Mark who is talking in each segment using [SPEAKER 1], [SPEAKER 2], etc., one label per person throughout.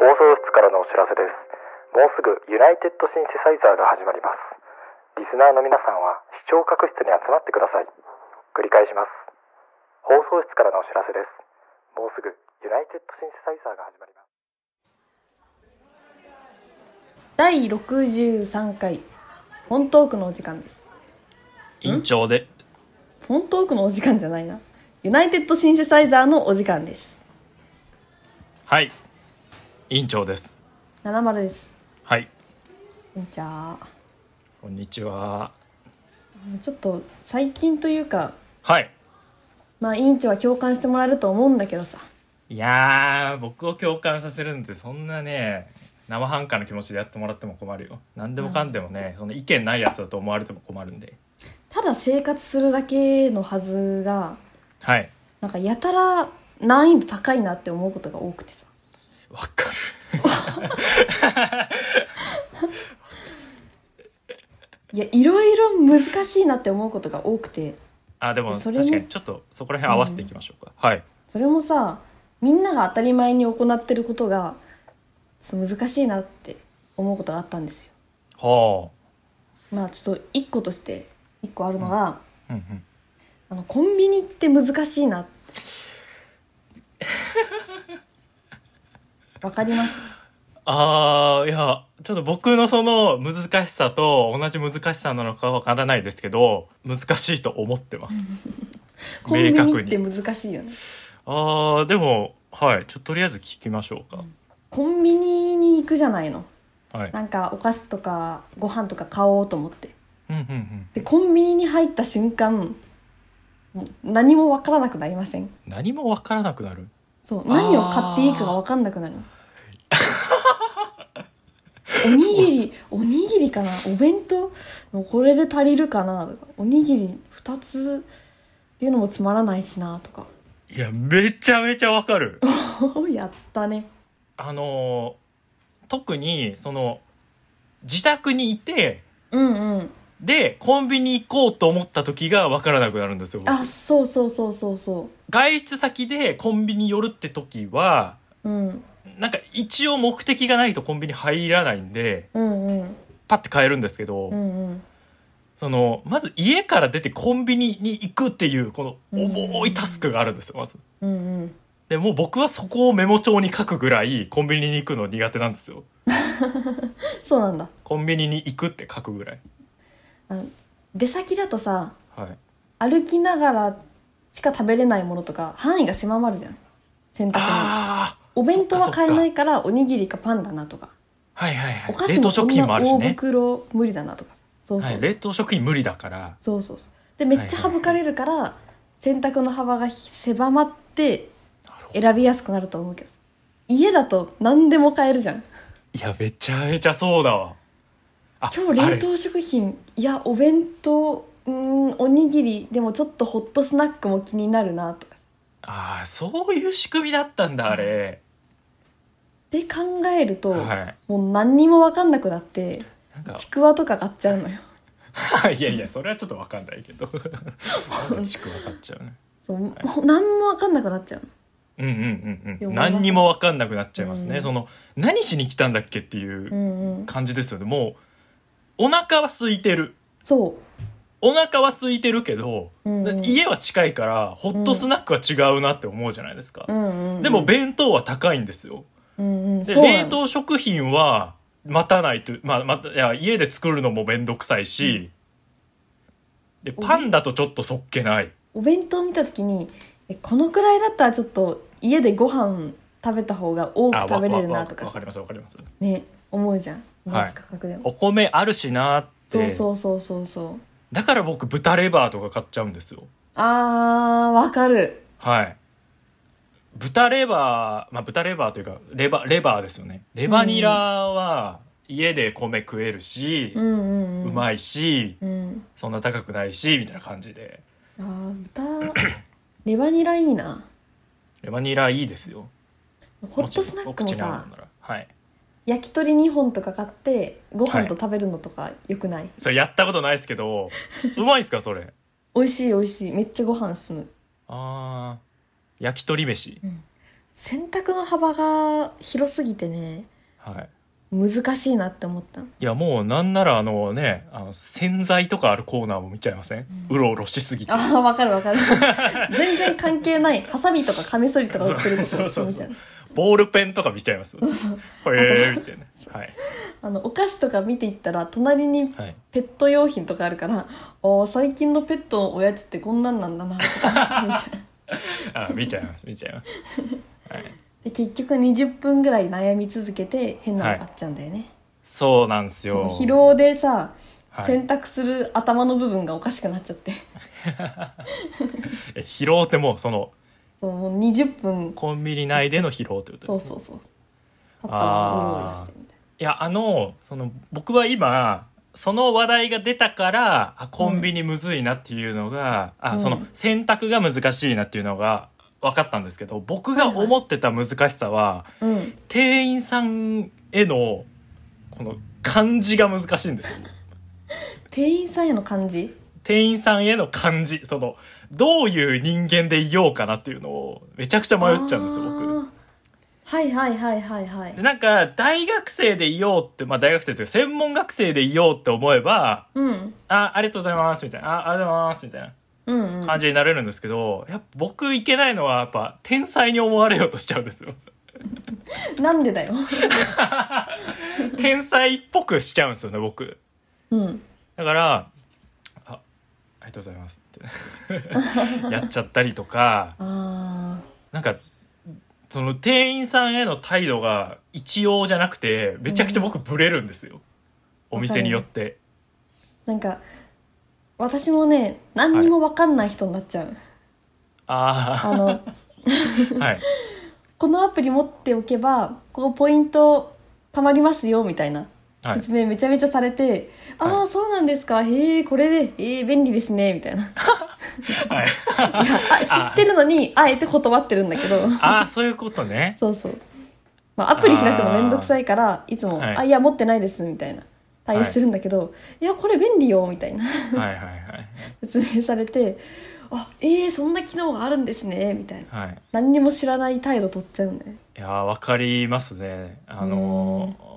[SPEAKER 1] 放送室からのお知らせですもうすぐユナイテッドシンセサイザーが始まりますリスナーの皆さんは視聴覚室に集まってください繰り返します放送室からのお知らせですもうすぐユナイテッドシンセサイザーが始まります
[SPEAKER 2] 第63回フォントークのお時間です
[SPEAKER 3] 院長で
[SPEAKER 2] フォントークのお時間じゃないなユナイテッドシンセサイザーのお時間です
[SPEAKER 3] はい院長です
[SPEAKER 2] 70です
[SPEAKER 3] はい
[SPEAKER 2] じゃあ
[SPEAKER 3] こんにちは
[SPEAKER 2] ちょっと最近というか
[SPEAKER 3] はい
[SPEAKER 2] まあ委員長は共感してもらえると思うんだけどさ
[SPEAKER 3] いやー僕を共感させるんでそんなね生半可な気持ちでやってもらっても困るよ何でもかんでもね、その意見ないやつだと思われても困るんで
[SPEAKER 2] ただ生活するだけのはずが
[SPEAKER 3] はい
[SPEAKER 2] なんかやたら難易度高いなって思うことが多くてさ
[SPEAKER 3] わかる
[SPEAKER 2] いやいろいろ難しいなって思うことが多くて
[SPEAKER 3] あでも
[SPEAKER 2] そ
[SPEAKER 3] 確
[SPEAKER 2] れ
[SPEAKER 3] か
[SPEAKER 2] も
[SPEAKER 3] にちょっとそこら辺合わせていきましょうか、はい
[SPEAKER 2] それもさみんなが当たり前に行ってることがちょっと難しいなって思うことがあったんですよ
[SPEAKER 3] は
[SPEAKER 2] まあちょっと一個として一個あるのが、
[SPEAKER 3] あうんうん
[SPEAKER 2] あのコンビニって難しい なわかります
[SPEAKER 3] あーいやちょっと僕のその難しさと同じ難しさなのかわからないですけど難しいと思って ます
[SPEAKER 2] コンビ
[SPEAKER 3] 明
[SPEAKER 2] ニ
[SPEAKER 3] 確
[SPEAKER 2] っ
[SPEAKER 3] に
[SPEAKER 2] て難しいよね
[SPEAKER 3] あーでもはいちょっととりあえず聞きましょうか、
[SPEAKER 2] コンビニに行くじゃないの
[SPEAKER 3] はい
[SPEAKER 2] なんかお菓子とかご飯とか買おうと思って
[SPEAKER 3] うんうんうん
[SPEAKER 2] でコンビニに入った瞬間もう何もわからなくなりません
[SPEAKER 3] 何もわからなくなる
[SPEAKER 2] そう
[SPEAKER 3] あー
[SPEAKER 2] 何を買っていいかが分かんなくなるのおにぎりおにぎりかなお弁当これで足りるかなとかおにぎり2つっていうのもつまらないしなとか
[SPEAKER 3] いやめちゃめちゃわかる
[SPEAKER 2] やったね
[SPEAKER 3] あのー特にその自宅にいて
[SPEAKER 2] うんうん
[SPEAKER 3] でコンビニ行こうと思った時がわからなくなるんですよ僕
[SPEAKER 2] あそうそうそうそうそ
[SPEAKER 3] 外出先でコンビニ寄るって時は
[SPEAKER 2] ううん
[SPEAKER 3] なんか一応目的がないとコンビニ入らないんで
[SPEAKER 2] うんうん
[SPEAKER 3] パッて買えるんですけど、
[SPEAKER 2] うんうん
[SPEAKER 3] そのまず家から出てコンビニに行くっていうこの重いタスクがあるんですよまず
[SPEAKER 2] うんうん
[SPEAKER 3] でもう僕はそこをメモ帳に書くぐらいコンビニに行くの苦手なんですよ
[SPEAKER 2] そうなんだ
[SPEAKER 3] コンビニに行くって書くぐらい
[SPEAKER 2] あの出先だとさ
[SPEAKER 3] はい
[SPEAKER 2] 歩きながらしか食べれないものとか範囲が狭まるじゃん選択の
[SPEAKER 3] ああ
[SPEAKER 2] お弁当は買えないからおにぎりかパンだなとか
[SPEAKER 3] はいはいは
[SPEAKER 2] お菓
[SPEAKER 3] い
[SPEAKER 2] 子
[SPEAKER 3] 冷
[SPEAKER 2] も
[SPEAKER 3] 凍食品もあるし
[SPEAKER 2] 大
[SPEAKER 3] ね、
[SPEAKER 2] 袋無理だなとかそうそうそう,、
[SPEAKER 3] はい、冷凍食品無理だから
[SPEAKER 2] そうそうそうでめっちゃ省かれるから、洗濯の幅が狭まって選びやすくなると思うけど家だと何でも買えるじゃん
[SPEAKER 3] いやめちゃめちゃそうだわあ
[SPEAKER 2] 今日冷
[SPEAKER 3] あれ
[SPEAKER 2] 凍食品いやお弁当うーんおにぎりでもちょっとホットスナックも気になるなとか
[SPEAKER 3] ああそういう仕組みだったんだあれ、
[SPEAKER 2] で考えると、
[SPEAKER 3] はい
[SPEAKER 2] もう何にも分かんなくなって
[SPEAKER 3] なんか
[SPEAKER 2] ちくわとか買っちゃうのよ
[SPEAKER 3] いやいやそれはちょっとわかんないけど楽しくわかっちゃうね
[SPEAKER 2] そう、もう何も分かんなくなっちゃうの
[SPEAKER 3] うんうんうん
[SPEAKER 2] で
[SPEAKER 3] う
[SPEAKER 2] も
[SPEAKER 3] ん何にもわかんなくなっちゃいますね、
[SPEAKER 2] うん
[SPEAKER 3] その何しに来たんだっけっていう、
[SPEAKER 2] うんうん
[SPEAKER 3] 感じですよねもうお腹は空いてる
[SPEAKER 2] そ
[SPEAKER 3] お腹は空いてるけど、
[SPEAKER 2] う、うんうん、
[SPEAKER 3] 家は近いからホットスナックは違うなって思うじゃないですか、
[SPEAKER 2] うんうん、
[SPEAKER 3] でも弁当は高いんですよ
[SPEAKER 2] うんうん、
[SPEAKER 3] で
[SPEAKER 2] そうな
[SPEAKER 3] 冷
[SPEAKER 2] の
[SPEAKER 3] 凍食品は待たないと、まあ、またいや家で作るのも面倒くさいし、でパンだとちょっとそっけない
[SPEAKER 2] お弁当見た時にえこのくらいだったらちょっと家でご飯食べた方が多く
[SPEAKER 3] あ
[SPEAKER 2] 食べれるな
[SPEAKER 3] わ
[SPEAKER 2] と
[SPEAKER 3] わ
[SPEAKER 2] か
[SPEAKER 3] わか
[SPEAKER 2] さ
[SPEAKER 3] りますわかります
[SPEAKER 2] ね思うじゃん同
[SPEAKER 3] はい
[SPEAKER 2] じ価格でも、
[SPEAKER 3] お米あるしなーって
[SPEAKER 2] そうそうそうそうそう
[SPEAKER 3] だから僕豚レバーとか買っちゃうんですよ
[SPEAKER 2] あーわかる
[SPEAKER 3] はい。豚レバー、まあ豚レバーというか、レバ、レバーですよね。レバニラは家で米食えるし
[SPEAKER 2] う、んうん
[SPEAKER 3] う
[SPEAKER 2] うん
[SPEAKER 3] ま
[SPEAKER 2] い、
[SPEAKER 3] いし、
[SPEAKER 2] うん、
[SPEAKER 3] そんな高くないし、みたいな感じで。
[SPEAKER 2] あー豚レバニラいいな
[SPEAKER 3] レバニラいいですよ。
[SPEAKER 2] ホットスナックも
[SPEAKER 3] ちろんお口に合
[SPEAKER 2] さ
[SPEAKER 3] うのなら。はい。
[SPEAKER 2] 焼き鳥2本とか買ってご飯と食べるのとかよくない、
[SPEAKER 3] それやったことないですけど、うまいですか、それ。
[SPEAKER 2] 美味しい美味しいめっちゃご飯進む
[SPEAKER 3] あー、焼き鳥飯。
[SPEAKER 2] 選択の幅が広すぎてね
[SPEAKER 3] はい
[SPEAKER 2] 難しいなって思った
[SPEAKER 3] いやもうなんならあのねあの洗剤とかあるコーナーも見ちゃいません、うろうろしすぎて
[SPEAKER 2] ああわかるわかる 全然関係ないハサミとかカミソリとか売ってるとこ
[SPEAKER 3] そうそうそう
[SPEAKER 2] みたいな
[SPEAKER 3] ボールペンとか見ちゃいますへえみたいなはい
[SPEAKER 2] あのお菓子とか見ていったら隣に
[SPEAKER 3] はい
[SPEAKER 2] ペット用品とかあるから、おー最近のペットのおやつってこんなんなんだなとかめっちゃ
[SPEAKER 3] あ見ちゃいます見ちゃいますはい
[SPEAKER 2] で結局20分ぐらい悩み続けて変なの買っちゃうんだよね、
[SPEAKER 3] そうなんですよ
[SPEAKER 2] 疲労でさ、
[SPEAKER 3] はい
[SPEAKER 2] 選択する頭の部分がおかしくなっちゃって
[SPEAKER 3] え疲労ってもうその
[SPEAKER 2] そうもう20分
[SPEAKER 3] コンビニ内での疲労ということ
[SPEAKER 2] そ
[SPEAKER 3] で
[SPEAKER 2] う
[SPEAKER 3] す
[SPEAKER 2] そ
[SPEAKER 3] ね
[SPEAKER 2] うそう頭をうろうろしてみたい
[SPEAKER 3] いやあのその僕は今その話題が出たからあコンビニむずいなっていうのが、
[SPEAKER 2] う
[SPEAKER 3] あ
[SPEAKER 2] ん
[SPEAKER 3] そうの
[SPEAKER 2] ん
[SPEAKER 3] 選択が難しいなっていうのが分かったんですけど僕が思ってた難しさは、
[SPEAKER 2] なうん
[SPEAKER 3] 店員さんへのこの漢字が難しいんですよ
[SPEAKER 2] 店員さんへの感じ
[SPEAKER 3] 店員さんへの漢字そのどういう人間でいようかなっていうのをめちゃくちゃ迷っちゃうんですよ僕。
[SPEAKER 2] あーはいはいはいはいはい
[SPEAKER 3] でなんか大学生でいようって、まあ、大学生ですけど専門学生でいようって思えば
[SPEAKER 2] うん
[SPEAKER 3] あありがとうございますみたいなあありがとうございますみたい
[SPEAKER 2] うんうん
[SPEAKER 3] な感じになれるんですけど、やっぱ僕いけないのはやっぱ天才に思われようとしちゃうんですよ
[SPEAKER 2] なんでだよ
[SPEAKER 3] 天才っぽくしちゃうんですよね僕
[SPEAKER 2] うん
[SPEAKER 3] だから「あありがとうございます」って やっちゃったりとか
[SPEAKER 2] あ
[SPEAKER 3] なんかその店員さんへの態度が一様じゃなくてめちゃくちゃ僕ブレるんですよ、お店によって。
[SPEAKER 2] ーなんか私もね何にも分かんない人になっちゃう、
[SPEAKER 3] あ
[SPEAKER 2] あ の
[SPEAKER 3] あ、はい。
[SPEAKER 2] このアプリ持っておけばここポイント貯まりますよみたいな
[SPEAKER 3] はい
[SPEAKER 2] 説。明めちゃめちゃされて、ああ、
[SPEAKER 3] は
[SPEAKER 2] そうなんですかへえこれでえー便利ですねみたいない
[SPEAKER 3] はい、
[SPEAKER 2] やあ知ってるのにあえて断ってるんだけ ど
[SPEAKER 3] ああ、そういうことね。
[SPEAKER 2] そうそう、まあ、アプリ開くのめんどくさいからいつも「
[SPEAKER 3] はい
[SPEAKER 2] あいや持ってないです」みたいな対応してるんだけど、い、やこれ便利よみたいな
[SPEAKER 3] はいはいはい。
[SPEAKER 2] 説明されてあえー、そんな機能があるんですねみたいな
[SPEAKER 3] はい。
[SPEAKER 2] 何にも知らない態度取っちゃうんだよね
[SPEAKER 3] いやー、わかりますね。あのー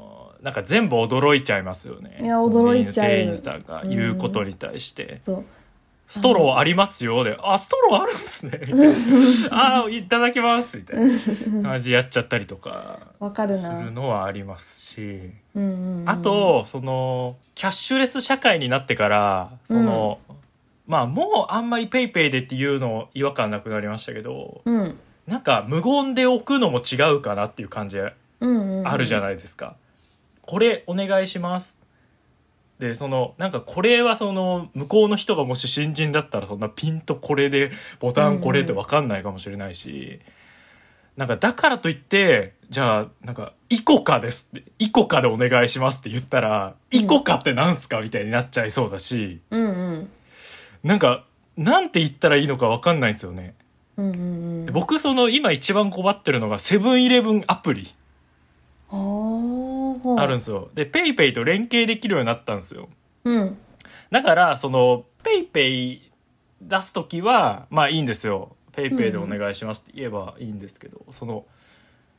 [SPEAKER 3] なんか全部驚いちゃいますよね。
[SPEAKER 2] いや驚いちゃう
[SPEAKER 3] 店員さんが言うことに対して。
[SPEAKER 2] そう
[SPEAKER 3] ストローありますよで、あ、ストローあるんですね。みたいなあー、いただきます。みたいな感じやっちゃったりとか、
[SPEAKER 2] わかる
[SPEAKER 3] す
[SPEAKER 2] な
[SPEAKER 3] るのはありますし。
[SPEAKER 2] うんうんうん
[SPEAKER 3] あと、その、キャッシュレス社会になってから、その、まあもうあんまりペイペイでっていうの違和感なくなりましたけど、
[SPEAKER 2] うん
[SPEAKER 3] なんか無言で置くのも違うかなっていう感じあ
[SPEAKER 2] うんうん、
[SPEAKER 3] るじゃ
[SPEAKER 2] ない
[SPEAKER 3] ないですか。これお願いします。で、その、なんかこれはその、向こうの人がもし新人だったらそんなピンとこれで、ボタンこれってわかんないかもしれないし、なんかだからといって、じゃあ、なんか、イコカですって、イコカでお願いしますって言ったら、
[SPEAKER 2] うん
[SPEAKER 3] イコカってなんすかみたいになっちゃいそうだし、
[SPEAKER 2] うんうん
[SPEAKER 3] なんか、なんて言ったらいいのかわかんないんですよね。
[SPEAKER 2] うんうんうん
[SPEAKER 3] で僕、その、今一番困ってるのが、セブンイレブンアプリ
[SPEAKER 2] あー
[SPEAKER 3] あるんですよ。で、ペイペイと連携できるようになったんですよ。
[SPEAKER 2] うん
[SPEAKER 3] だから、その、ペイペイ出すときは、まあいいんですよ。ペイペイでお願いしますって言えばいいんですけど、その、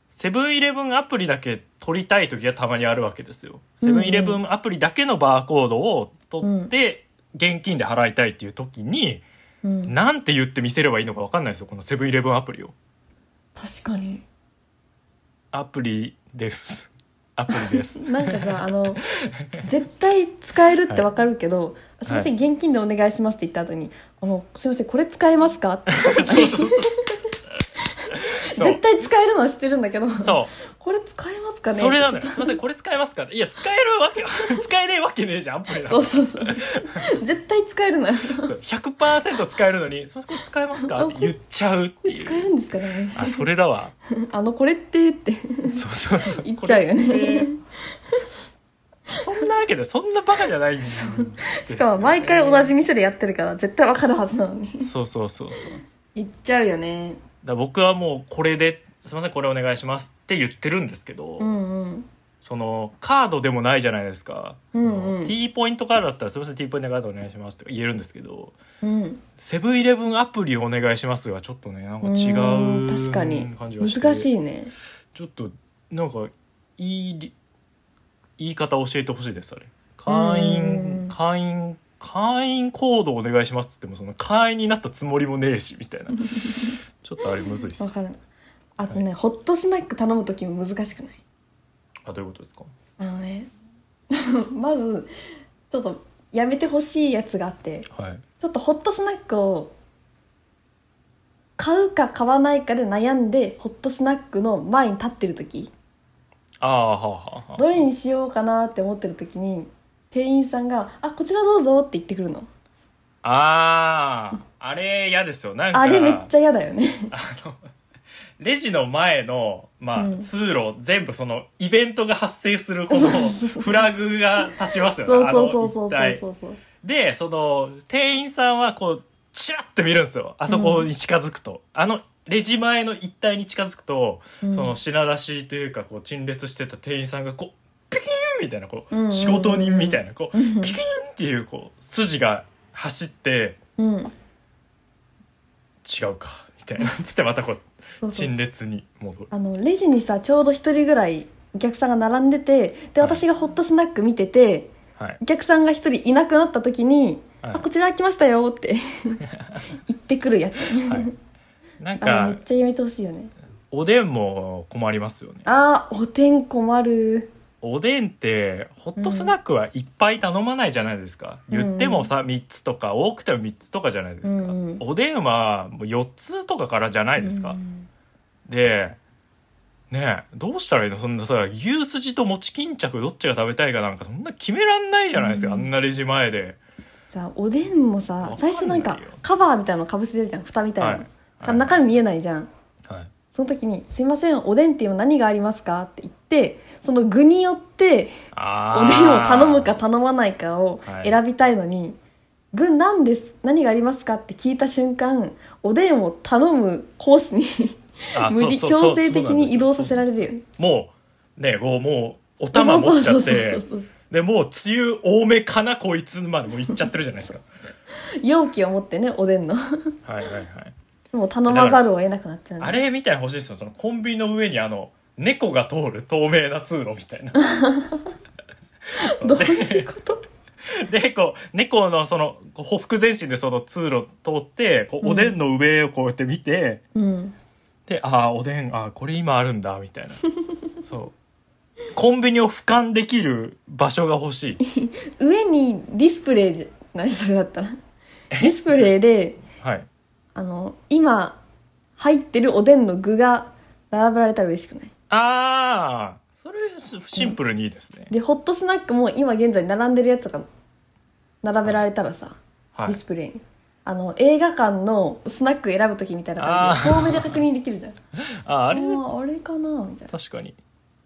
[SPEAKER 3] セブンイレブンアプリだけ取りたいときはたまにあるわけですよ。
[SPEAKER 2] うん
[SPEAKER 3] セ
[SPEAKER 2] うん
[SPEAKER 3] ブンイレブンアプリだけのバーコードを取って、現金で払いたいっていうときに、
[SPEAKER 2] うん
[SPEAKER 3] なんて言って見せればいいのかわかんないですよ。このセブンイレブンアプリを。
[SPEAKER 2] 確かに
[SPEAKER 3] アプリです。アプ リです。
[SPEAKER 2] なんかさあの絶対使えるってわかるけど、すいません現金でお願いしますって言った後に「あのすいませんこれ使えますか?」って
[SPEAKER 3] そう そうそう。 そう
[SPEAKER 2] 絶対使えるのは知ってるんだけど
[SPEAKER 3] そう。
[SPEAKER 2] これ使えますかね
[SPEAKER 3] それなの
[SPEAKER 2] って
[SPEAKER 3] よ。すいません、これ使えますかいや、使えるわけ、 使えねえわけねえじゃん、アプリな
[SPEAKER 2] そ
[SPEAKER 3] の
[SPEAKER 2] う。そう そう絶対使えるのよ
[SPEAKER 3] そう100%使えるのに、すいません、これ使えますかって言っちゃうっ
[SPEAKER 2] こ
[SPEAKER 3] て
[SPEAKER 2] れ使
[SPEAKER 3] い
[SPEAKER 2] え
[SPEAKER 3] う。
[SPEAKER 2] るんですかね
[SPEAKER 3] あ、それ だわ。
[SPEAKER 2] あのこれってって
[SPEAKER 3] そうそうそう。
[SPEAKER 2] 言っちゃうよね
[SPEAKER 3] これって。そんなわけで、そんなバカじゃないんですよ
[SPEAKER 2] しかも毎回同じ。店でやってるから絶対わかるはずなのに
[SPEAKER 3] そうそうそうそう。だか
[SPEAKER 2] 言っちゃうよね
[SPEAKER 3] ら僕はもう、これで、すいません、これお願いしますって言ってるんですけど、
[SPEAKER 2] うんうん
[SPEAKER 3] そのカードでもないじゃないですか、
[SPEAKER 2] うんうん
[SPEAKER 3] T ポイントカードだったら「すみません T ポイントカードお願いします」とか言えるんですけど
[SPEAKER 2] うん
[SPEAKER 3] セブンイレブンアプリお願いしますがちょっとねなんか違
[SPEAKER 2] ん
[SPEAKER 3] う
[SPEAKER 2] 確かに
[SPEAKER 3] 感じがして
[SPEAKER 2] 難しいね
[SPEAKER 3] ちょっとなんかいいり言い方教えてほしいですあれ会
[SPEAKER 2] うん
[SPEAKER 3] 員会員会員コードお願いしますっつってもその会員になったつもりもねえし みたいなちょっとあれむずいっす
[SPEAKER 2] わからないあとね、ホットスナック頼む時も難しくない
[SPEAKER 3] あどういうことですか
[SPEAKER 2] あのね まずちょっとやめてほしいやつがあって
[SPEAKER 3] はい
[SPEAKER 2] ちょっとホットスナックを買うか買わないかで悩んでホットスナックの前に立ってる時
[SPEAKER 3] ああはあはあはあ
[SPEAKER 2] どれにしようかなって思ってる時に店員さんが「あこちらどうぞ」って言ってくるの
[SPEAKER 3] あーあれ嫌ですよなんか
[SPEAKER 2] あれめっちゃ嫌だよね
[SPEAKER 3] レジの前の、まあ
[SPEAKER 2] うん
[SPEAKER 3] 通路全部そのイベントが発生するこ
[SPEAKER 2] そ
[SPEAKER 3] の
[SPEAKER 2] うそうそう
[SPEAKER 3] フラグが立ちますよね
[SPEAKER 2] そう
[SPEAKER 3] あ
[SPEAKER 2] そ
[SPEAKER 3] の
[SPEAKER 2] うそうそう
[SPEAKER 3] 一帯
[SPEAKER 2] そうそう
[SPEAKER 3] でその店員さんはこうチラッと見るんですよあそこに近づくと、あのレジ前の一帯に近づくと、
[SPEAKER 2] うん
[SPEAKER 3] その品出しというかこう陳列してた店員さんがこうピキーンみたいなこ
[SPEAKER 2] う
[SPEAKER 3] う、
[SPEAKER 2] んうんうん
[SPEAKER 3] 仕事人みたいなこう、
[SPEAKER 2] うん
[SPEAKER 3] ピキーンっていうこう筋が走って
[SPEAKER 2] うんそう
[SPEAKER 3] 違うかみたいなつってまたこう
[SPEAKER 2] そうそう
[SPEAKER 3] 陳列に戻る
[SPEAKER 2] あのレジにさちょうど一人ぐらいお客さんが並んでてで
[SPEAKER 3] はい
[SPEAKER 2] 私がホットスナック見てて、
[SPEAKER 3] はい
[SPEAKER 2] お客さんが一人いなくなった時に「
[SPEAKER 3] はい
[SPEAKER 2] あこちら来ましたよ」って 言ってくるやつ、
[SPEAKER 3] はい
[SPEAKER 2] あ
[SPEAKER 3] なん
[SPEAKER 2] れ
[SPEAKER 3] か
[SPEAKER 2] めっちゃやめてほしいよね
[SPEAKER 3] おでんも困りますよね
[SPEAKER 2] あーおてん困る
[SPEAKER 3] おでんってホットスナックはいっぱい頼まないじゃないですか、
[SPEAKER 2] うん
[SPEAKER 3] 言ってもさ3つとか多くても3つとかじゃないですか、
[SPEAKER 2] うんうん
[SPEAKER 3] おでんはもう4つとかからじゃないですか、
[SPEAKER 2] うん
[SPEAKER 3] でねえどうしたらいいのそんなさ牛すじと餅巾着どっちが食べたいかなんかそんな決めらんないじゃないですか、
[SPEAKER 2] うん
[SPEAKER 3] あんなレジ前で、
[SPEAKER 2] さおでんも
[SPEAKER 3] わかん
[SPEAKER 2] さ
[SPEAKER 3] ない
[SPEAKER 2] 最初なんか
[SPEAKER 3] よ
[SPEAKER 2] カバーみたいなのかぶせてるじゃん蓋みたいなの、
[SPEAKER 3] はい
[SPEAKER 2] さ中身見えないじゃん
[SPEAKER 3] はい
[SPEAKER 2] その時に「すいませんおでんって今何がありますか?」って言ってその具によって
[SPEAKER 3] あ
[SPEAKER 2] おで
[SPEAKER 3] ー
[SPEAKER 2] んを頼むか頼まないかを選びたいのに、具なんです何がありますかって聞いた瞬間おでんを頼むコースに
[SPEAKER 3] あ
[SPEAKER 2] 無理
[SPEAKER 3] そうそうそう
[SPEAKER 2] 強制的に移動させられるよね
[SPEAKER 3] もうねこうもうお玉持っちゃって
[SPEAKER 2] そうそう
[SPEAKER 3] でもう梅雨多めかなこいつまでもう行っちゃってるじゃないですか
[SPEAKER 2] 容器を持ってねおでんの
[SPEAKER 3] はいはいはい
[SPEAKER 2] もう頼まざるを得なくなっちゃうね
[SPEAKER 3] あれみたいなの欲しいですよそのコンビニの上にあの猫が通る透明な通路み たいなそう
[SPEAKER 2] どういうこと
[SPEAKER 3] ででこう猫のそのこうほふ前進でその通路通ってこうおでんの上をこうやって見て、
[SPEAKER 2] うん
[SPEAKER 3] でああおでんああこれ今あるんだみたいな そうコンビニを俯瞰できる場所が欲しい、
[SPEAKER 2] 上にディスプレイじゃないそれだっ たらディスプレイで
[SPEAKER 3] はい、
[SPEAKER 2] あの今入ってるおでんの具が並べられたら嬉しくない
[SPEAKER 3] ああそれシンプルにいいですね、
[SPEAKER 2] でホットスナックも今現在並んでるやつが並べられたらさ、
[SPEAKER 3] は
[SPEAKER 2] デ
[SPEAKER 3] い
[SPEAKER 2] ィスプレイにあの映画館のスナック選ぶ時みたいな感じで
[SPEAKER 3] あ
[SPEAKER 2] 遠目で確認できるじゃん
[SPEAKER 3] あー
[SPEAKER 2] あ
[SPEAKER 3] あれ
[SPEAKER 2] ーあれかなみたいな
[SPEAKER 3] 確かに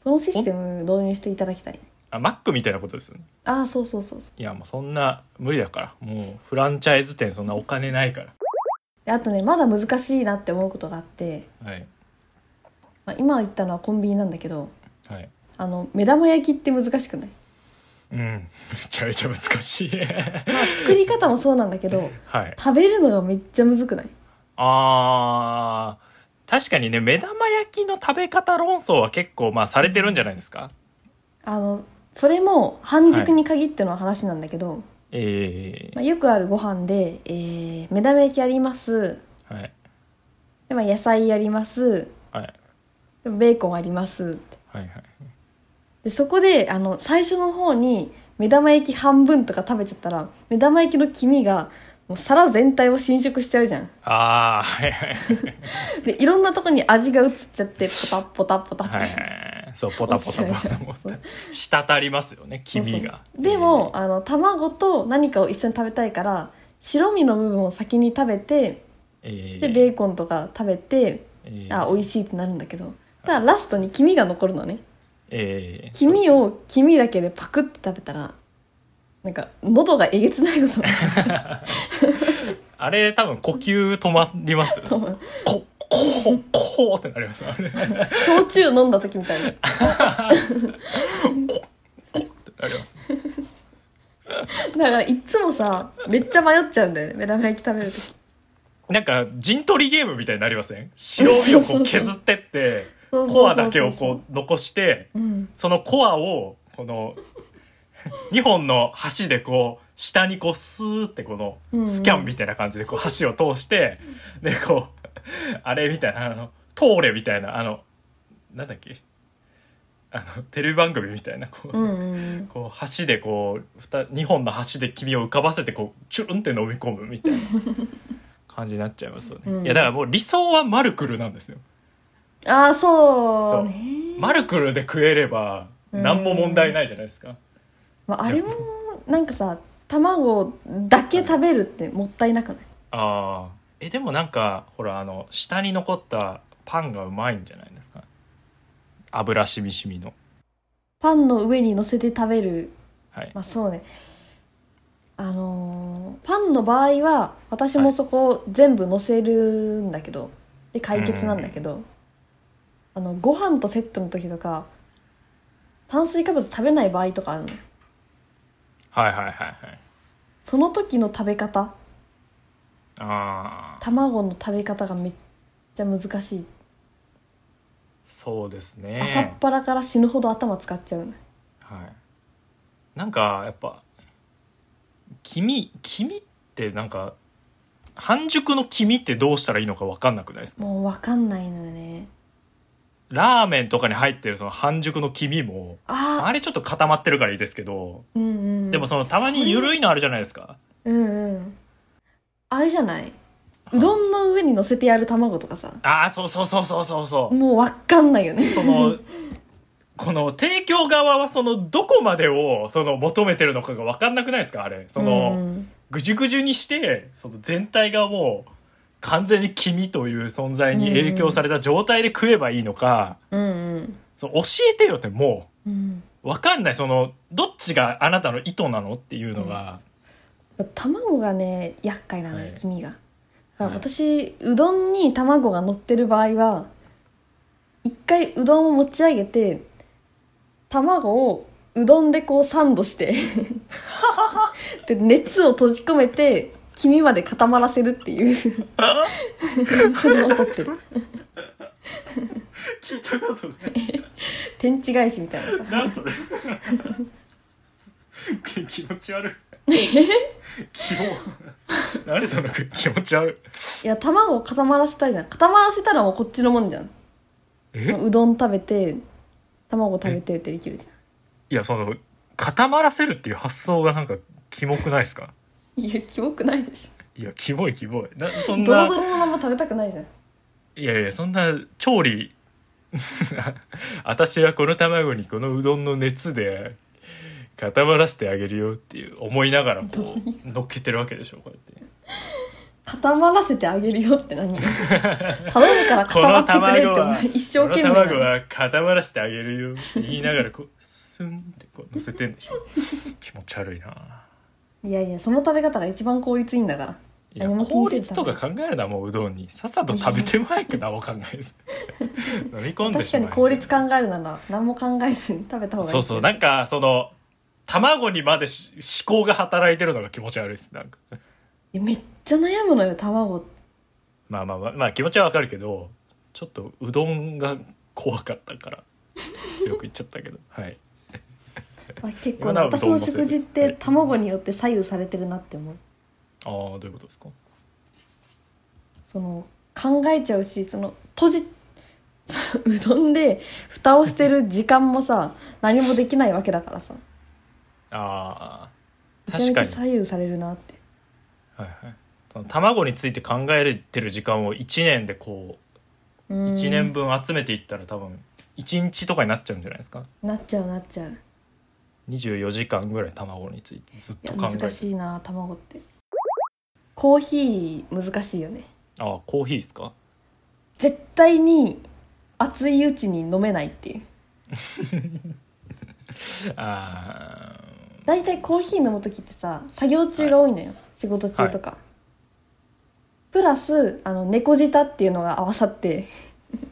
[SPEAKER 2] そのシステム導入していただきたい
[SPEAKER 3] あマックみたいなことですよね
[SPEAKER 2] ああそうそうそうそう
[SPEAKER 3] いやもうそんな無理だからもうフランチャイズ店そんなお金ないか
[SPEAKER 2] であとねまだ難しいなって思うことがあって、
[SPEAKER 3] らはい
[SPEAKER 2] まあ、今言ったのはコンビニなんだけど
[SPEAKER 3] はい
[SPEAKER 2] あの目玉焼きって難しくない、
[SPEAKER 3] うんめちゃめちゃ難しい
[SPEAKER 2] まあ、作り方もそうなんだけど
[SPEAKER 3] はい
[SPEAKER 2] 食べるのがめっちゃむずくない
[SPEAKER 3] あー確かにね目玉焼きの食べ方論争は結構まあされてるんじゃないですか
[SPEAKER 2] あのそれも半熟に限っての話なんだけど、
[SPEAKER 3] ええ
[SPEAKER 2] まあ、よくあるご飯で、えー目玉焼きあります
[SPEAKER 3] はい
[SPEAKER 2] で、まあ、野菜あります
[SPEAKER 3] はい
[SPEAKER 2] でベーコンあります
[SPEAKER 3] はいはい
[SPEAKER 2] でそこであの最初の方に目玉焼き半分とか食べちゃったら目玉焼きの黄身がもう皿全体を侵食しちゃうじゃん
[SPEAKER 3] ああはいはい
[SPEAKER 2] でいろんなとこに味が移っちゃってポタッポタッポタッ
[SPEAKER 3] はいはいそうポタポタポタポ
[SPEAKER 2] そう
[SPEAKER 3] タ滴りますよね黄身
[SPEAKER 2] そう
[SPEAKER 3] が
[SPEAKER 2] そうでも、あの卵と何かを一緒に食べたいから白身の部分を先に食べて
[SPEAKER 3] え
[SPEAKER 2] で
[SPEAKER 3] え
[SPEAKER 2] ベーコンとか食べて
[SPEAKER 3] ええ
[SPEAKER 2] あ美味しいってなるんだけどただラストに黄身が残るのね
[SPEAKER 3] ええ
[SPEAKER 2] 黄身を黄身だけでパクって食べたらなんか喉がえげつないことにな る
[SPEAKER 3] あれ多分呼吸止まります よね
[SPEAKER 2] と思う
[SPEAKER 3] こ、こう、こうってなりますよね。
[SPEAKER 2] 焼酎飲んだ時みたいなだからいっつもさめっちゃ迷っちゃうんだよね目玉焼き食べるとき
[SPEAKER 3] なんか陣取りゲームみたいになりません白身をこう削ってって
[SPEAKER 2] そうそうそう
[SPEAKER 3] コアだけをこう残して
[SPEAKER 2] うん
[SPEAKER 3] そのコアをこの2本の箸でこう下にこうスーってこ
[SPEAKER 2] うんう
[SPEAKER 3] の
[SPEAKER 2] ん
[SPEAKER 3] スキャンみたいな感じでこう箸を通してでこうあれみたいなあの通れみたいなあのなんだっけあのテレビ番組みたいなこう
[SPEAKER 2] うんうん
[SPEAKER 3] こう箸でこう 2, 本の箸で黄身を浮かばせてこうチュルンって飲み込む みたいな感じになっちゃいますよね、
[SPEAKER 2] うん
[SPEAKER 3] いやだからもう理想はマルクルなんですよ
[SPEAKER 2] ああそうね
[SPEAKER 3] マルクルで食えれば何も問題ないじゃないですか、
[SPEAKER 2] まあ、あれもなんかさ卵だけ食べるってもったい なくない
[SPEAKER 3] ああえでもなんかほらあの下に残ったパンがうまいんじゃないですか油しみしみの
[SPEAKER 2] パンの上に乗せて食べる
[SPEAKER 3] はい
[SPEAKER 2] まあそうねあのーパンの場合は私もそこを全部乗せるんだけど、で解決なんだけど、あのご飯とセットの時とか炭水化物食べない場合とかあるの
[SPEAKER 3] はいはいはいはい
[SPEAKER 2] その時の食べ方
[SPEAKER 3] ああ
[SPEAKER 2] 卵の食べ方がめっちゃ難しい、
[SPEAKER 3] そうですね
[SPEAKER 2] 朝っぱらから死ぬほど頭使っちゃうの
[SPEAKER 3] はい、なんかやっぱ黄身黄身ってなんか半熟の黄身ってどうしたらいいのか分かんなくないですか
[SPEAKER 2] もう分かんないのよね
[SPEAKER 3] ラーメンとかに入ってるその半熟の黄身も
[SPEAKER 2] あ
[SPEAKER 3] あれちょっと固まってるからいいですけど
[SPEAKER 2] うんうん
[SPEAKER 3] でもそのたまに
[SPEAKER 2] い
[SPEAKER 3] 緩いのあるじゃないですか
[SPEAKER 2] うんうんあれじゃないうどんの上に乗せてやる卵とかさ
[SPEAKER 3] ああそうそうそうそうそうそう
[SPEAKER 2] もうわかんないよね
[SPEAKER 3] そのこの提供側はそのどこまでをその求めてるのかが分かんなくないですかあれそ
[SPEAKER 2] う
[SPEAKER 3] の、
[SPEAKER 2] ん
[SPEAKER 3] ぐじゅぐじゅにしてその全体がもう完全に黄身という存在に影響された状態で食えばいいのか、
[SPEAKER 2] うん
[SPEAKER 3] その教えてよっても
[SPEAKER 2] うんうん
[SPEAKER 3] う分かんないそのどっちがあなたの意図なのっていうのが、
[SPEAKER 2] 卵がね厄介なの
[SPEAKER 3] は
[SPEAKER 2] よ
[SPEAKER 3] い
[SPEAKER 2] 黄身がだから
[SPEAKER 3] はい
[SPEAKER 2] 私うどんに卵が乗ってる場合は一回うどんを持ち上げて卵をうどんでこうサンドして で熱を閉じ込めて黄身まで固まらせるって いうそれを取ってる
[SPEAKER 3] 聞いたことない
[SPEAKER 2] 天地返しみたいなさ
[SPEAKER 3] 何それ 気持ち悪い 気も何その気持ち悪い
[SPEAKER 2] いや卵を固まらせたいじゃん固まらせたらもうこっちのもんじゃん
[SPEAKER 3] え
[SPEAKER 2] うどん食べて卵食べてってできるじ
[SPEAKER 3] いやその固まらせるっていう発想がなんかキモくないですか
[SPEAKER 2] ゃんいやキモくないでし
[SPEAKER 3] いやキモいキモいなそ
[SPEAKER 2] ょ
[SPEAKER 3] ん
[SPEAKER 2] ドロ
[SPEAKER 3] な
[SPEAKER 2] ドロのまま食べたくないじゃん
[SPEAKER 3] いやいやそんな調理 私はこの卵にこのうどんの熱で固まらせてあげるよっていう思いながら
[SPEAKER 2] どう
[SPEAKER 3] こ
[SPEAKER 2] いう
[SPEAKER 3] 乗っけてるわけでしょこうやって
[SPEAKER 2] 固まらせてあげるよって何頼むから固
[SPEAKER 3] こ
[SPEAKER 2] ま
[SPEAKER 3] の
[SPEAKER 2] ってくれってお
[SPEAKER 3] 卵は
[SPEAKER 2] 前一生懸命
[SPEAKER 3] この
[SPEAKER 2] な
[SPEAKER 3] 卵
[SPEAKER 2] の
[SPEAKER 3] は固まらせてあげるよって言いながらこうスンってこう乗せて んでしょ気持ち悪いない
[SPEAKER 2] やいやその食べ方が一番効率いいんだから
[SPEAKER 3] いや
[SPEAKER 2] 何も気に
[SPEAKER 3] 効
[SPEAKER 2] せず
[SPEAKER 3] 率とか考えるのはもううどんにさっさと食べてまえけなお考えです 飲み込んで
[SPEAKER 2] 確
[SPEAKER 3] しま
[SPEAKER 2] かに
[SPEAKER 3] え
[SPEAKER 2] 効率考えるなら何も考えずに食べた方がいい
[SPEAKER 3] そうそうなんかその卵にまでし思考が働いてるのが気持ち悪いですなんか
[SPEAKER 2] いやめっちゃ悩むのよ卵
[SPEAKER 3] まあまあまあ、まあ、気持ちはわかるけどちょっとうどんが怖かっ たから強く言っちゃったけどはい
[SPEAKER 2] あ結構ね
[SPEAKER 3] 今ならうどん
[SPEAKER 2] 私の
[SPEAKER 3] もそうで
[SPEAKER 2] 食
[SPEAKER 3] す
[SPEAKER 2] 事って卵によって左右されてるなって思う
[SPEAKER 3] ああどういうことですか
[SPEAKER 2] その考えちゃうしその閉じ うどんで蓋をしてる時間もさ何もできないわけだからさ
[SPEAKER 3] ああ
[SPEAKER 2] めちゃ
[SPEAKER 3] 確
[SPEAKER 2] めち
[SPEAKER 3] か
[SPEAKER 2] ゃ
[SPEAKER 3] に、
[SPEAKER 2] 左右されるなって
[SPEAKER 3] はいはい、その卵について考えてる時間を1年でこう1
[SPEAKER 2] 1
[SPEAKER 3] 年分集めていったら多分1日とかになっちゃうんじゃないですか
[SPEAKER 2] なっちゃうなっちゃうい
[SPEAKER 3] 24時間ぐらい卵についてずっと
[SPEAKER 2] や
[SPEAKER 3] 考えて
[SPEAKER 2] 難しいな卵ってコーヒー難しいよね
[SPEAKER 3] ああコーヒーですか
[SPEAKER 2] 絶対に熱いうちに飲めないっていう
[SPEAKER 3] ああ
[SPEAKER 2] 大体コーヒー飲む時ってさ作業中が多いのよ、仕事中とか、プラスあの猫舌っていうのが合わさって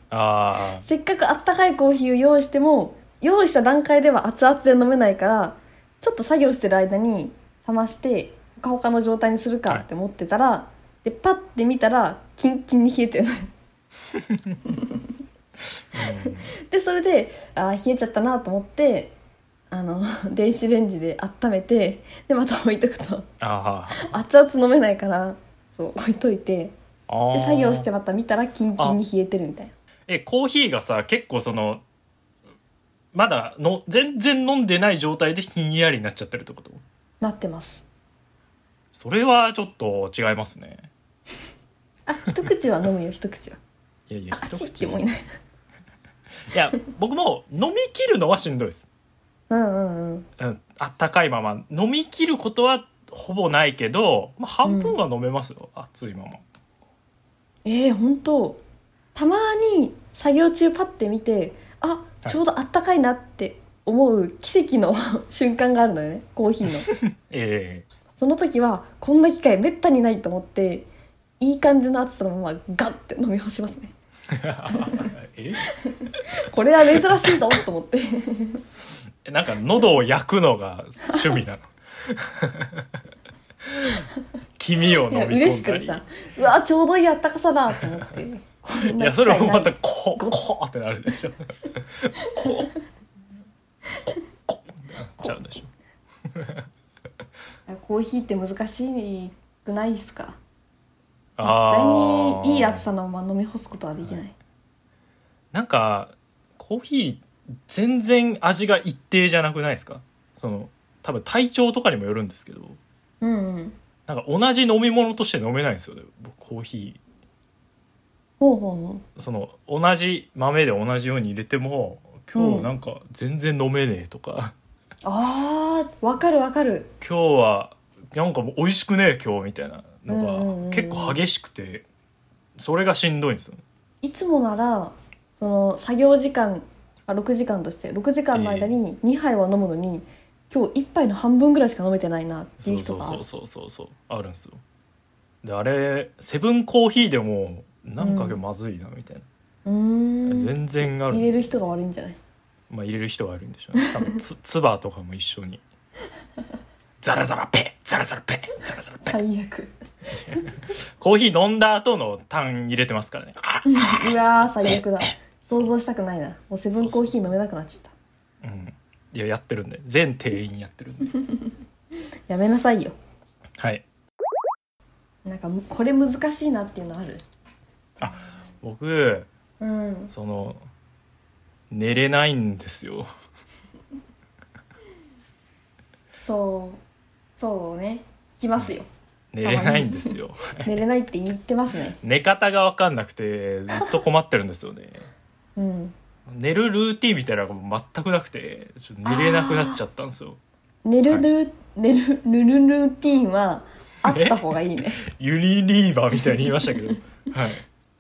[SPEAKER 3] あ
[SPEAKER 2] せっかくあったかいコーヒーを用意しても用意した段階では熱々で飲めないからちょっと作業してる間に冷ましてほかほかの状態にするかって思ってたら、でパッて見たらキンキンに冷えてるでそれであー冷えちゃったなと思ってあの 電子レンジで温めてでまた置いとくと
[SPEAKER 3] あ
[SPEAKER 2] 熱々飲めないからそう置いといて
[SPEAKER 3] ーあ
[SPEAKER 2] で
[SPEAKER 3] ー
[SPEAKER 2] 作業してまた見たらキンキンに冷えてるみたいな
[SPEAKER 3] えコーヒーがさ結構そのまだの全然飲んでない状態でひんやりになっちゃってるってこと
[SPEAKER 2] なってます
[SPEAKER 3] それはちょっと違いますね
[SPEAKER 2] あ一口は飲むよ一口はい
[SPEAKER 3] やいや
[SPEAKER 2] あっちっ
[SPEAKER 3] 一口
[SPEAKER 2] て思いない
[SPEAKER 3] いや僕も飲み切るのはしんどいです
[SPEAKER 2] うんうんうん
[SPEAKER 3] うんあったかいまま飲み切ることはほぼないけど、まあ、半分は飲めますよ、熱いまま
[SPEAKER 2] えー、本当たまに作業中パッて見てあ
[SPEAKER 3] い
[SPEAKER 2] ちょうどあったかいなって思う奇跡の 瞬間があるのよねコーヒーの
[SPEAKER 3] え
[SPEAKER 2] その時はこんな機会めったにないと思っていい感じの暑さのままガッて飲み干しますね
[SPEAKER 3] ええ
[SPEAKER 2] これは珍しいぞと思 って
[SPEAKER 3] えなんか喉を焼くのが趣味なの黄身を飲
[SPEAKER 2] いや
[SPEAKER 3] み込
[SPEAKER 2] 嬉し
[SPEAKER 3] んだ
[SPEAKER 2] く
[SPEAKER 3] り
[SPEAKER 2] てさうわちょうどいいあったかさだと思ってこん
[SPEAKER 3] い
[SPEAKER 2] な
[SPEAKER 3] や
[SPEAKER 2] 機
[SPEAKER 3] それ
[SPEAKER 2] 会
[SPEAKER 3] も
[SPEAKER 2] な
[SPEAKER 3] ま
[SPEAKER 2] い
[SPEAKER 3] たこうこうってなるでしょこうこうこうなっちゃうでしょ
[SPEAKER 2] いやコーヒーって難しくないですか絶対
[SPEAKER 3] あー
[SPEAKER 2] にいい暑さのまま飲み干すことはできない
[SPEAKER 3] なんかコーヒー全然味が一定じゃなくないですかその多分体調とかにもよるんですけど
[SPEAKER 2] うんうん
[SPEAKER 3] なんか同じ飲み物として飲めないんですよね僕コーヒ
[SPEAKER 2] ほうほうほ
[SPEAKER 3] ーその同じ豆で同じように入れても今日なんか全然飲めねえとか、
[SPEAKER 2] うあーわかるわかる
[SPEAKER 3] 今日はなんかもう美味しくねえ今日みたいな
[SPEAKER 2] うんうんうんう
[SPEAKER 3] の
[SPEAKER 2] ん
[SPEAKER 3] が結構激しくてそれがしんどいんですよね
[SPEAKER 2] いつもならその作業時間あ6時間として6時間の間に2杯は飲むのに、今日1杯の半分ぐらいしか飲めてないなって
[SPEAKER 3] そ
[SPEAKER 2] いう
[SPEAKER 3] う
[SPEAKER 2] 人
[SPEAKER 3] そう
[SPEAKER 2] が
[SPEAKER 3] そうそうそうそうあるんですよであれセブンコーヒーでもなんかまずいなみたいな、
[SPEAKER 2] うーん
[SPEAKER 3] 全然ある
[SPEAKER 2] 入れる人が悪いんじゃない
[SPEAKER 3] まあ、入れる人がいるんでしょうね多分つツバとかも一緒 にザラザラペッザラザラペッザラザラペッ
[SPEAKER 2] 最 悪
[SPEAKER 3] コーヒー飲んだ後の単入れてますからね
[SPEAKER 2] うわー最悪だ想像したくないなもうセブンコーヒー飲めなくなっちゃった
[SPEAKER 3] うんいややってるんで全店員やってるんで
[SPEAKER 2] やめなさいよ
[SPEAKER 3] はい
[SPEAKER 2] なんかこれ難しいなっていうのある
[SPEAKER 3] 僕
[SPEAKER 2] うん
[SPEAKER 3] その寝れないんですよ
[SPEAKER 2] そうそうね聞きますよ
[SPEAKER 3] 寝れないんですよ
[SPEAKER 2] 寝れないって言って ますね
[SPEAKER 3] 寝方が分かんなくてずっと困ってるんですよね
[SPEAKER 2] うん
[SPEAKER 3] 寝るルーティンみたいなのが全くなくてちょっと寝れなくなっちゃったんですよ
[SPEAKER 2] 寝る
[SPEAKER 3] はい
[SPEAKER 2] ル,、寝るルルルーティーンはあった方がいいね
[SPEAKER 3] ユニリーバーみたいに言いましたけどはい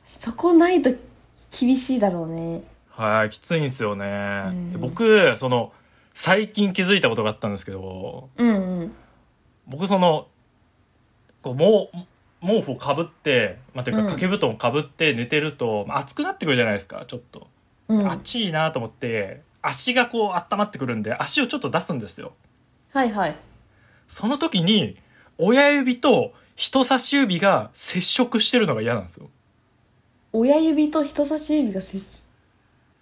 [SPEAKER 2] そこないと厳しいだろうね
[SPEAKER 3] はい、きついんですよね。
[SPEAKER 2] ん
[SPEAKER 3] で僕、その、最近気づいたことがあったんですけど、
[SPEAKER 2] うんうん
[SPEAKER 3] 僕その、こう、もう、毛布をかぶって、まあ、というか
[SPEAKER 2] うん
[SPEAKER 3] 掛け布団をかぶって寝てると、まあ暑くなってくるじゃないですか、ちょっと。
[SPEAKER 2] うんは
[SPEAKER 3] 暑いなと思って、足がこう温まってくるんで、足をちょっと出すんですよ。
[SPEAKER 2] いはい
[SPEAKER 3] その時に、親指と人差し指が接触してるのが嫌なんですよ。
[SPEAKER 2] 親指と人差し指が接し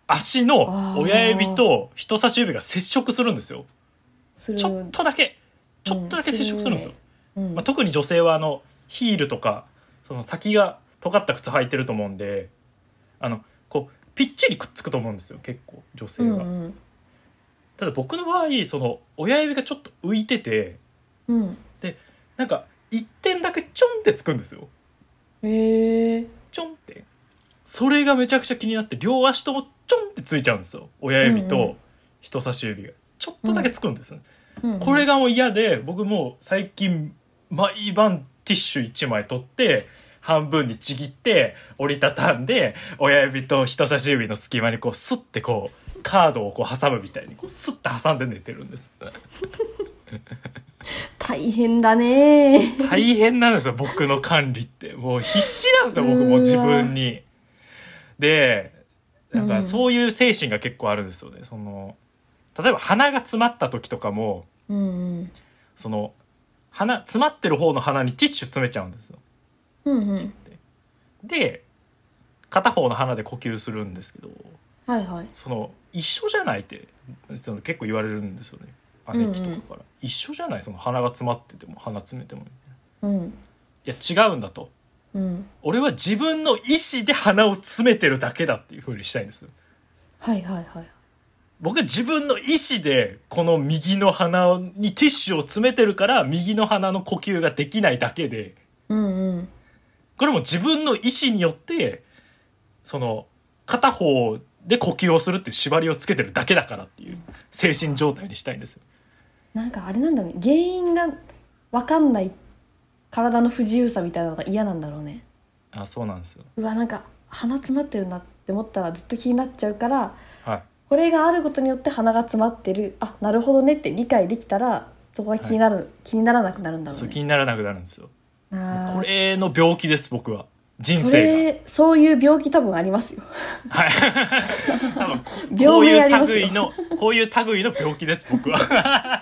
[SPEAKER 3] 足の親指と人差し指が接触するんですよ。
[SPEAKER 2] する
[SPEAKER 3] ちょっとだけ、ちょっとだけ接触するんですよ。
[SPEAKER 2] うん
[SPEAKER 3] まあ、特に女性はあのヒールとかその先が尖った靴履いてると思うんであのこうぴっちりくっつくと思うんですよ結構女性
[SPEAKER 2] う
[SPEAKER 3] は、
[SPEAKER 2] ん
[SPEAKER 3] ただ僕の場合その親指がちょっと浮いてて
[SPEAKER 2] うんうん
[SPEAKER 3] なんか一点だけちょんってつくんですよ
[SPEAKER 2] へえ
[SPEAKER 3] ちょんってそれがめちゃくちゃ気になって両足ともちょんってついちゃうんですよ親指
[SPEAKER 2] うんう
[SPEAKER 3] と人差し指がちょっとだけつくんですね、
[SPEAKER 2] うんうん
[SPEAKER 3] これがもう嫌で僕もう最近毎晩ティッシュ1枚取って半分にちぎって折りたたんで親指と人差し指の隙間にこうスッてこうカードをこう挟むみたいにこうスッて挟んで寝てるんです
[SPEAKER 2] 大変だね
[SPEAKER 3] 大変なんですよ僕の管理ってもう必死なんですよ僕も自分にでなんかそういう精神が結構あるんですよねその例えば鼻が詰まった時とかも
[SPEAKER 2] うんうん
[SPEAKER 3] その鼻詰まってる方の鼻にティッシュ詰めちゃうんですよ
[SPEAKER 2] うんうん
[SPEAKER 3] で片方の鼻で呼吸するんですけど
[SPEAKER 2] はいはい
[SPEAKER 3] その一緒じゃないってその結構言われるんですよね姉貴とかから、一緒じゃないその鼻が詰まってても鼻詰めても
[SPEAKER 2] うん
[SPEAKER 3] いや違うんだと
[SPEAKER 2] うん
[SPEAKER 3] 俺は自分の意思で鼻を詰めてるだけだっていう風にしたいんです
[SPEAKER 2] はいはいはい
[SPEAKER 3] 僕は自分の意思でこの右の鼻にティッシュを詰めてるから右の鼻の呼吸ができないだけで
[SPEAKER 2] うんうん
[SPEAKER 3] これも自分の意思によってその片方で呼吸をするっていう縛りをつけてるだけだからっていう精神状態にしたいんですよ
[SPEAKER 2] なんかあれなんだろうね原因が分かんない体の不自由さみたいなのが嫌なんだろうね
[SPEAKER 3] あそうなんですよ
[SPEAKER 2] うわなんか鼻詰まってるなって思ったらずっと気になっちゃうから
[SPEAKER 3] はい
[SPEAKER 2] これがあることによって鼻が詰まってるあなるほどねって理解できたらそこが気になる、気にならなくなるんだろう
[SPEAKER 3] そう気
[SPEAKER 2] ね
[SPEAKER 3] にならなくなるんですよ
[SPEAKER 2] あー
[SPEAKER 3] これの病気です僕は人
[SPEAKER 2] そ
[SPEAKER 3] 生が
[SPEAKER 2] れそういう病気多分ありますよ
[SPEAKER 3] はい多分ここう
[SPEAKER 2] 病名あり
[SPEAKER 3] いう
[SPEAKER 2] ますよ
[SPEAKER 3] 類の こういう類の病気です僕 は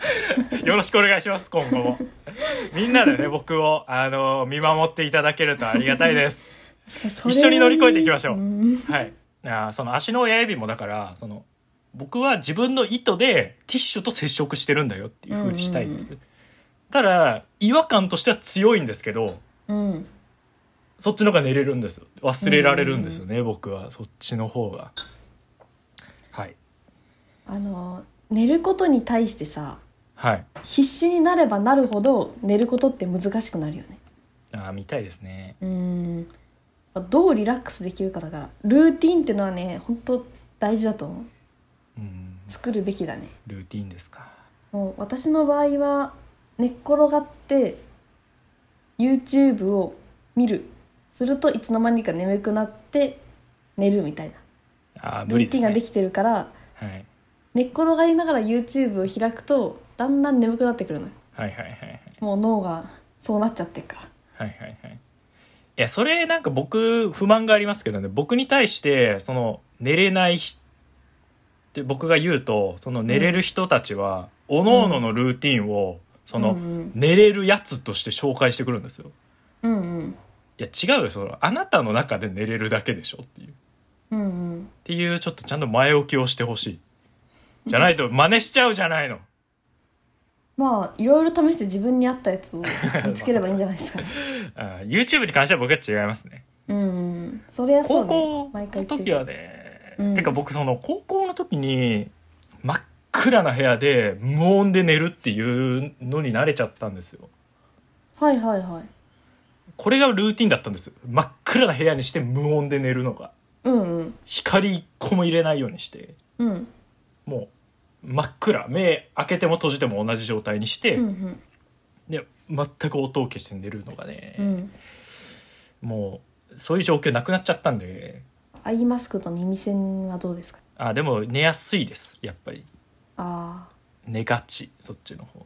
[SPEAKER 3] よろしくお願いします今後もみんなでね僕をあの見守っていただけるとありがたいです
[SPEAKER 2] 確かにそれ
[SPEAKER 3] 一緒に乗り越えていきましょう。
[SPEAKER 2] ん
[SPEAKER 3] はい。あーその足の親指もだから、その、僕は自分の意図でティッシュと接触してるんだよっていう風にしたいんです。
[SPEAKER 2] うん
[SPEAKER 3] ただ、違和感としては強いんですけど、
[SPEAKER 2] うん
[SPEAKER 3] そっちの方が寝れるんですよ。忘れられるんですよね、僕は。そっちの方が。はい。
[SPEAKER 2] あの寝ることに対してさ
[SPEAKER 3] はい。
[SPEAKER 2] 必死になればなるほど寝ることって難しくなるよね
[SPEAKER 3] あー見たいですね。
[SPEAKER 2] うーんどうリラックスできるかだからルーティンってのはね本当大事だと思う
[SPEAKER 3] うん。
[SPEAKER 2] 作るべきだね
[SPEAKER 3] ルーティンですか。
[SPEAKER 2] もう私の場合は寝っ転がって YouTube を見るするといつの間にか眠くなって寝るみたいな
[SPEAKER 3] ああ、無
[SPEAKER 2] ル
[SPEAKER 3] 理
[SPEAKER 2] ー
[SPEAKER 3] で
[SPEAKER 2] ティ
[SPEAKER 3] す
[SPEAKER 2] ンが
[SPEAKER 3] ね。
[SPEAKER 2] できてるから、
[SPEAKER 3] はい。
[SPEAKER 2] 寝っ転がりながら YouTube を開くとだんだん眠くなってくるのよ
[SPEAKER 3] はいはいはいはい。
[SPEAKER 2] もう脳がそうなっちゃってるから
[SPEAKER 3] はいはいはい。いや、それなんか僕、不満がありますけどね、僕に対して、その、寝れない人って僕が言うと、その寝れる人たちは、各々のルーティンを、その、
[SPEAKER 2] うん
[SPEAKER 3] 寝れるやつとして紹介してくるんですよ。
[SPEAKER 2] うんうん
[SPEAKER 3] いや、違うよ、その、あなたの中で寝れるだけでしょっていう。っ
[SPEAKER 2] うんうん
[SPEAKER 3] ていう、ちょっとちゃんと前置きをしてほしい。じゃないと、真似しちゃうじゃないの。
[SPEAKER 2] まあいろいろ試して自分に合ったやつを見つければいいんじゃないですか ね
[SPEAKER 3] あ YouTube に関しては僕は違いますね。
[SPEAKER 2] うんうんそれはそう
[SPEAKER 3] 高
[SPEAKER 2] ね
[SPEAKER 3] 校
[SPEAKER 2] 毎回
[SPEAKER 3] の
[SPEAKER 2] 言って
[SPEAKER 3] 時
[SPEAKER 2] る
[SPEAKER 3] はね、
[SPEAKER 2] うん
[SPEAKER 3] てか僕その高校の時に真っ暗な部屋で無音で寝るっていうのに慣れちゃったんですよ
[SPEAKER 2] はいはいはい
[SPEAKER 3] これがルーティンだったんです真っ暗な部屋にして無音で寝るのが
[SPEAKER 2] うんうん
[SPEAKER 3] 光一個も入れないようにして
[SPEAKER 2] うん
[SPEAKER 3] もう真っ暗目開けても閉じても同じ状態にして、
[SPEAKER 2] うん
[SPEAKER 3] で全く音を消して寝るのがね、
[SPEAKER 2] うんうん
[SPEAKER 3] もうそういう状況なくなっちゃったんで
[SPEAKER 2] アイマスクと耳栓はどうですか
[SPEAKER 3] あでも寝やすいですやっぱり
[SPEAKER 2] あ
[SPEAKER 3] 寝がちそっちの方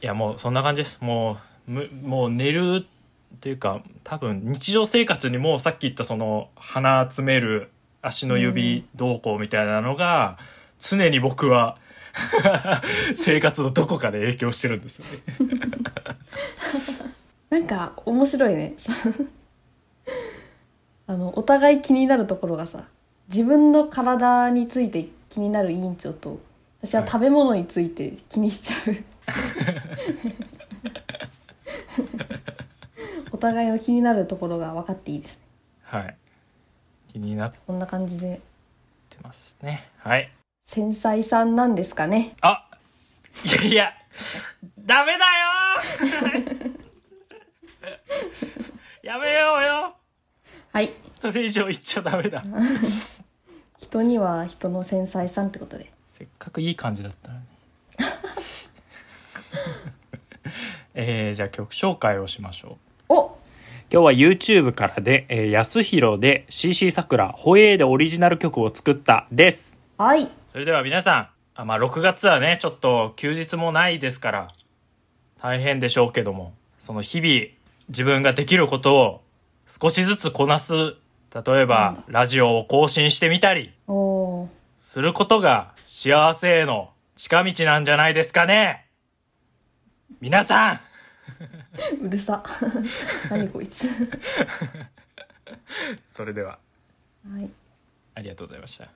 [SPEAKER 3] いやもうそんな感じですもうむもう寝るというか多分日常生活にもうさっき言ったその鼻詰める足の指どうこうみたいなのが常に僕は生活のどこかで影響してるんですよね
[SPEAKER 2] ーなんか面白いね あのお互い気になるところがさ自分の体について気になる委員長と私は
[SPEAKER 3] はい
[SPEAKER 2] 食べ物について気にしちゃう、お互いの気になるところが分かっていいですね
[SPEAKER 3] はい気になっ
[SPEAKER 2] こんな感じで
[SPEAKER 3] てますねはい
[SPEAKER 2] 繊細さんなんですかね
[SPEAKER 3] あいやいやダメだよー やめようよ
[SPEAKER 2] はい
[SPEAKER 3] それ以上言っちゃダメだ
[SPEAKER 2] 人には人の繊細さんってことで
[SPEAKER 3] せっかくいい感じだったのに えーじゃあ曲紹介をしましょう
[SPEAKER 2] お
[SPEAKER 3] 今日は YouTube からで「えー、安弘で CC さくらホエーでオリジナル曲を作った」です
[SPEAKER 2] はい
[SPEAKER 3] それでは皆さんあまあ6月はねちょっと休日もないですから大変でしょうけどもその日々自分ができることを少しずつこなす例えばラジオを更新してみたり
[SPEAKER 2] おおー
[SPEAKER 3] することが幸せへの近道なんじゃないですかね皆さん
[SPEAKER 2] うるさ何こいつ
[SPEAKER 3] それでは
[SPEAKER 2] はい
[SPEAKER 3] ありがとうございました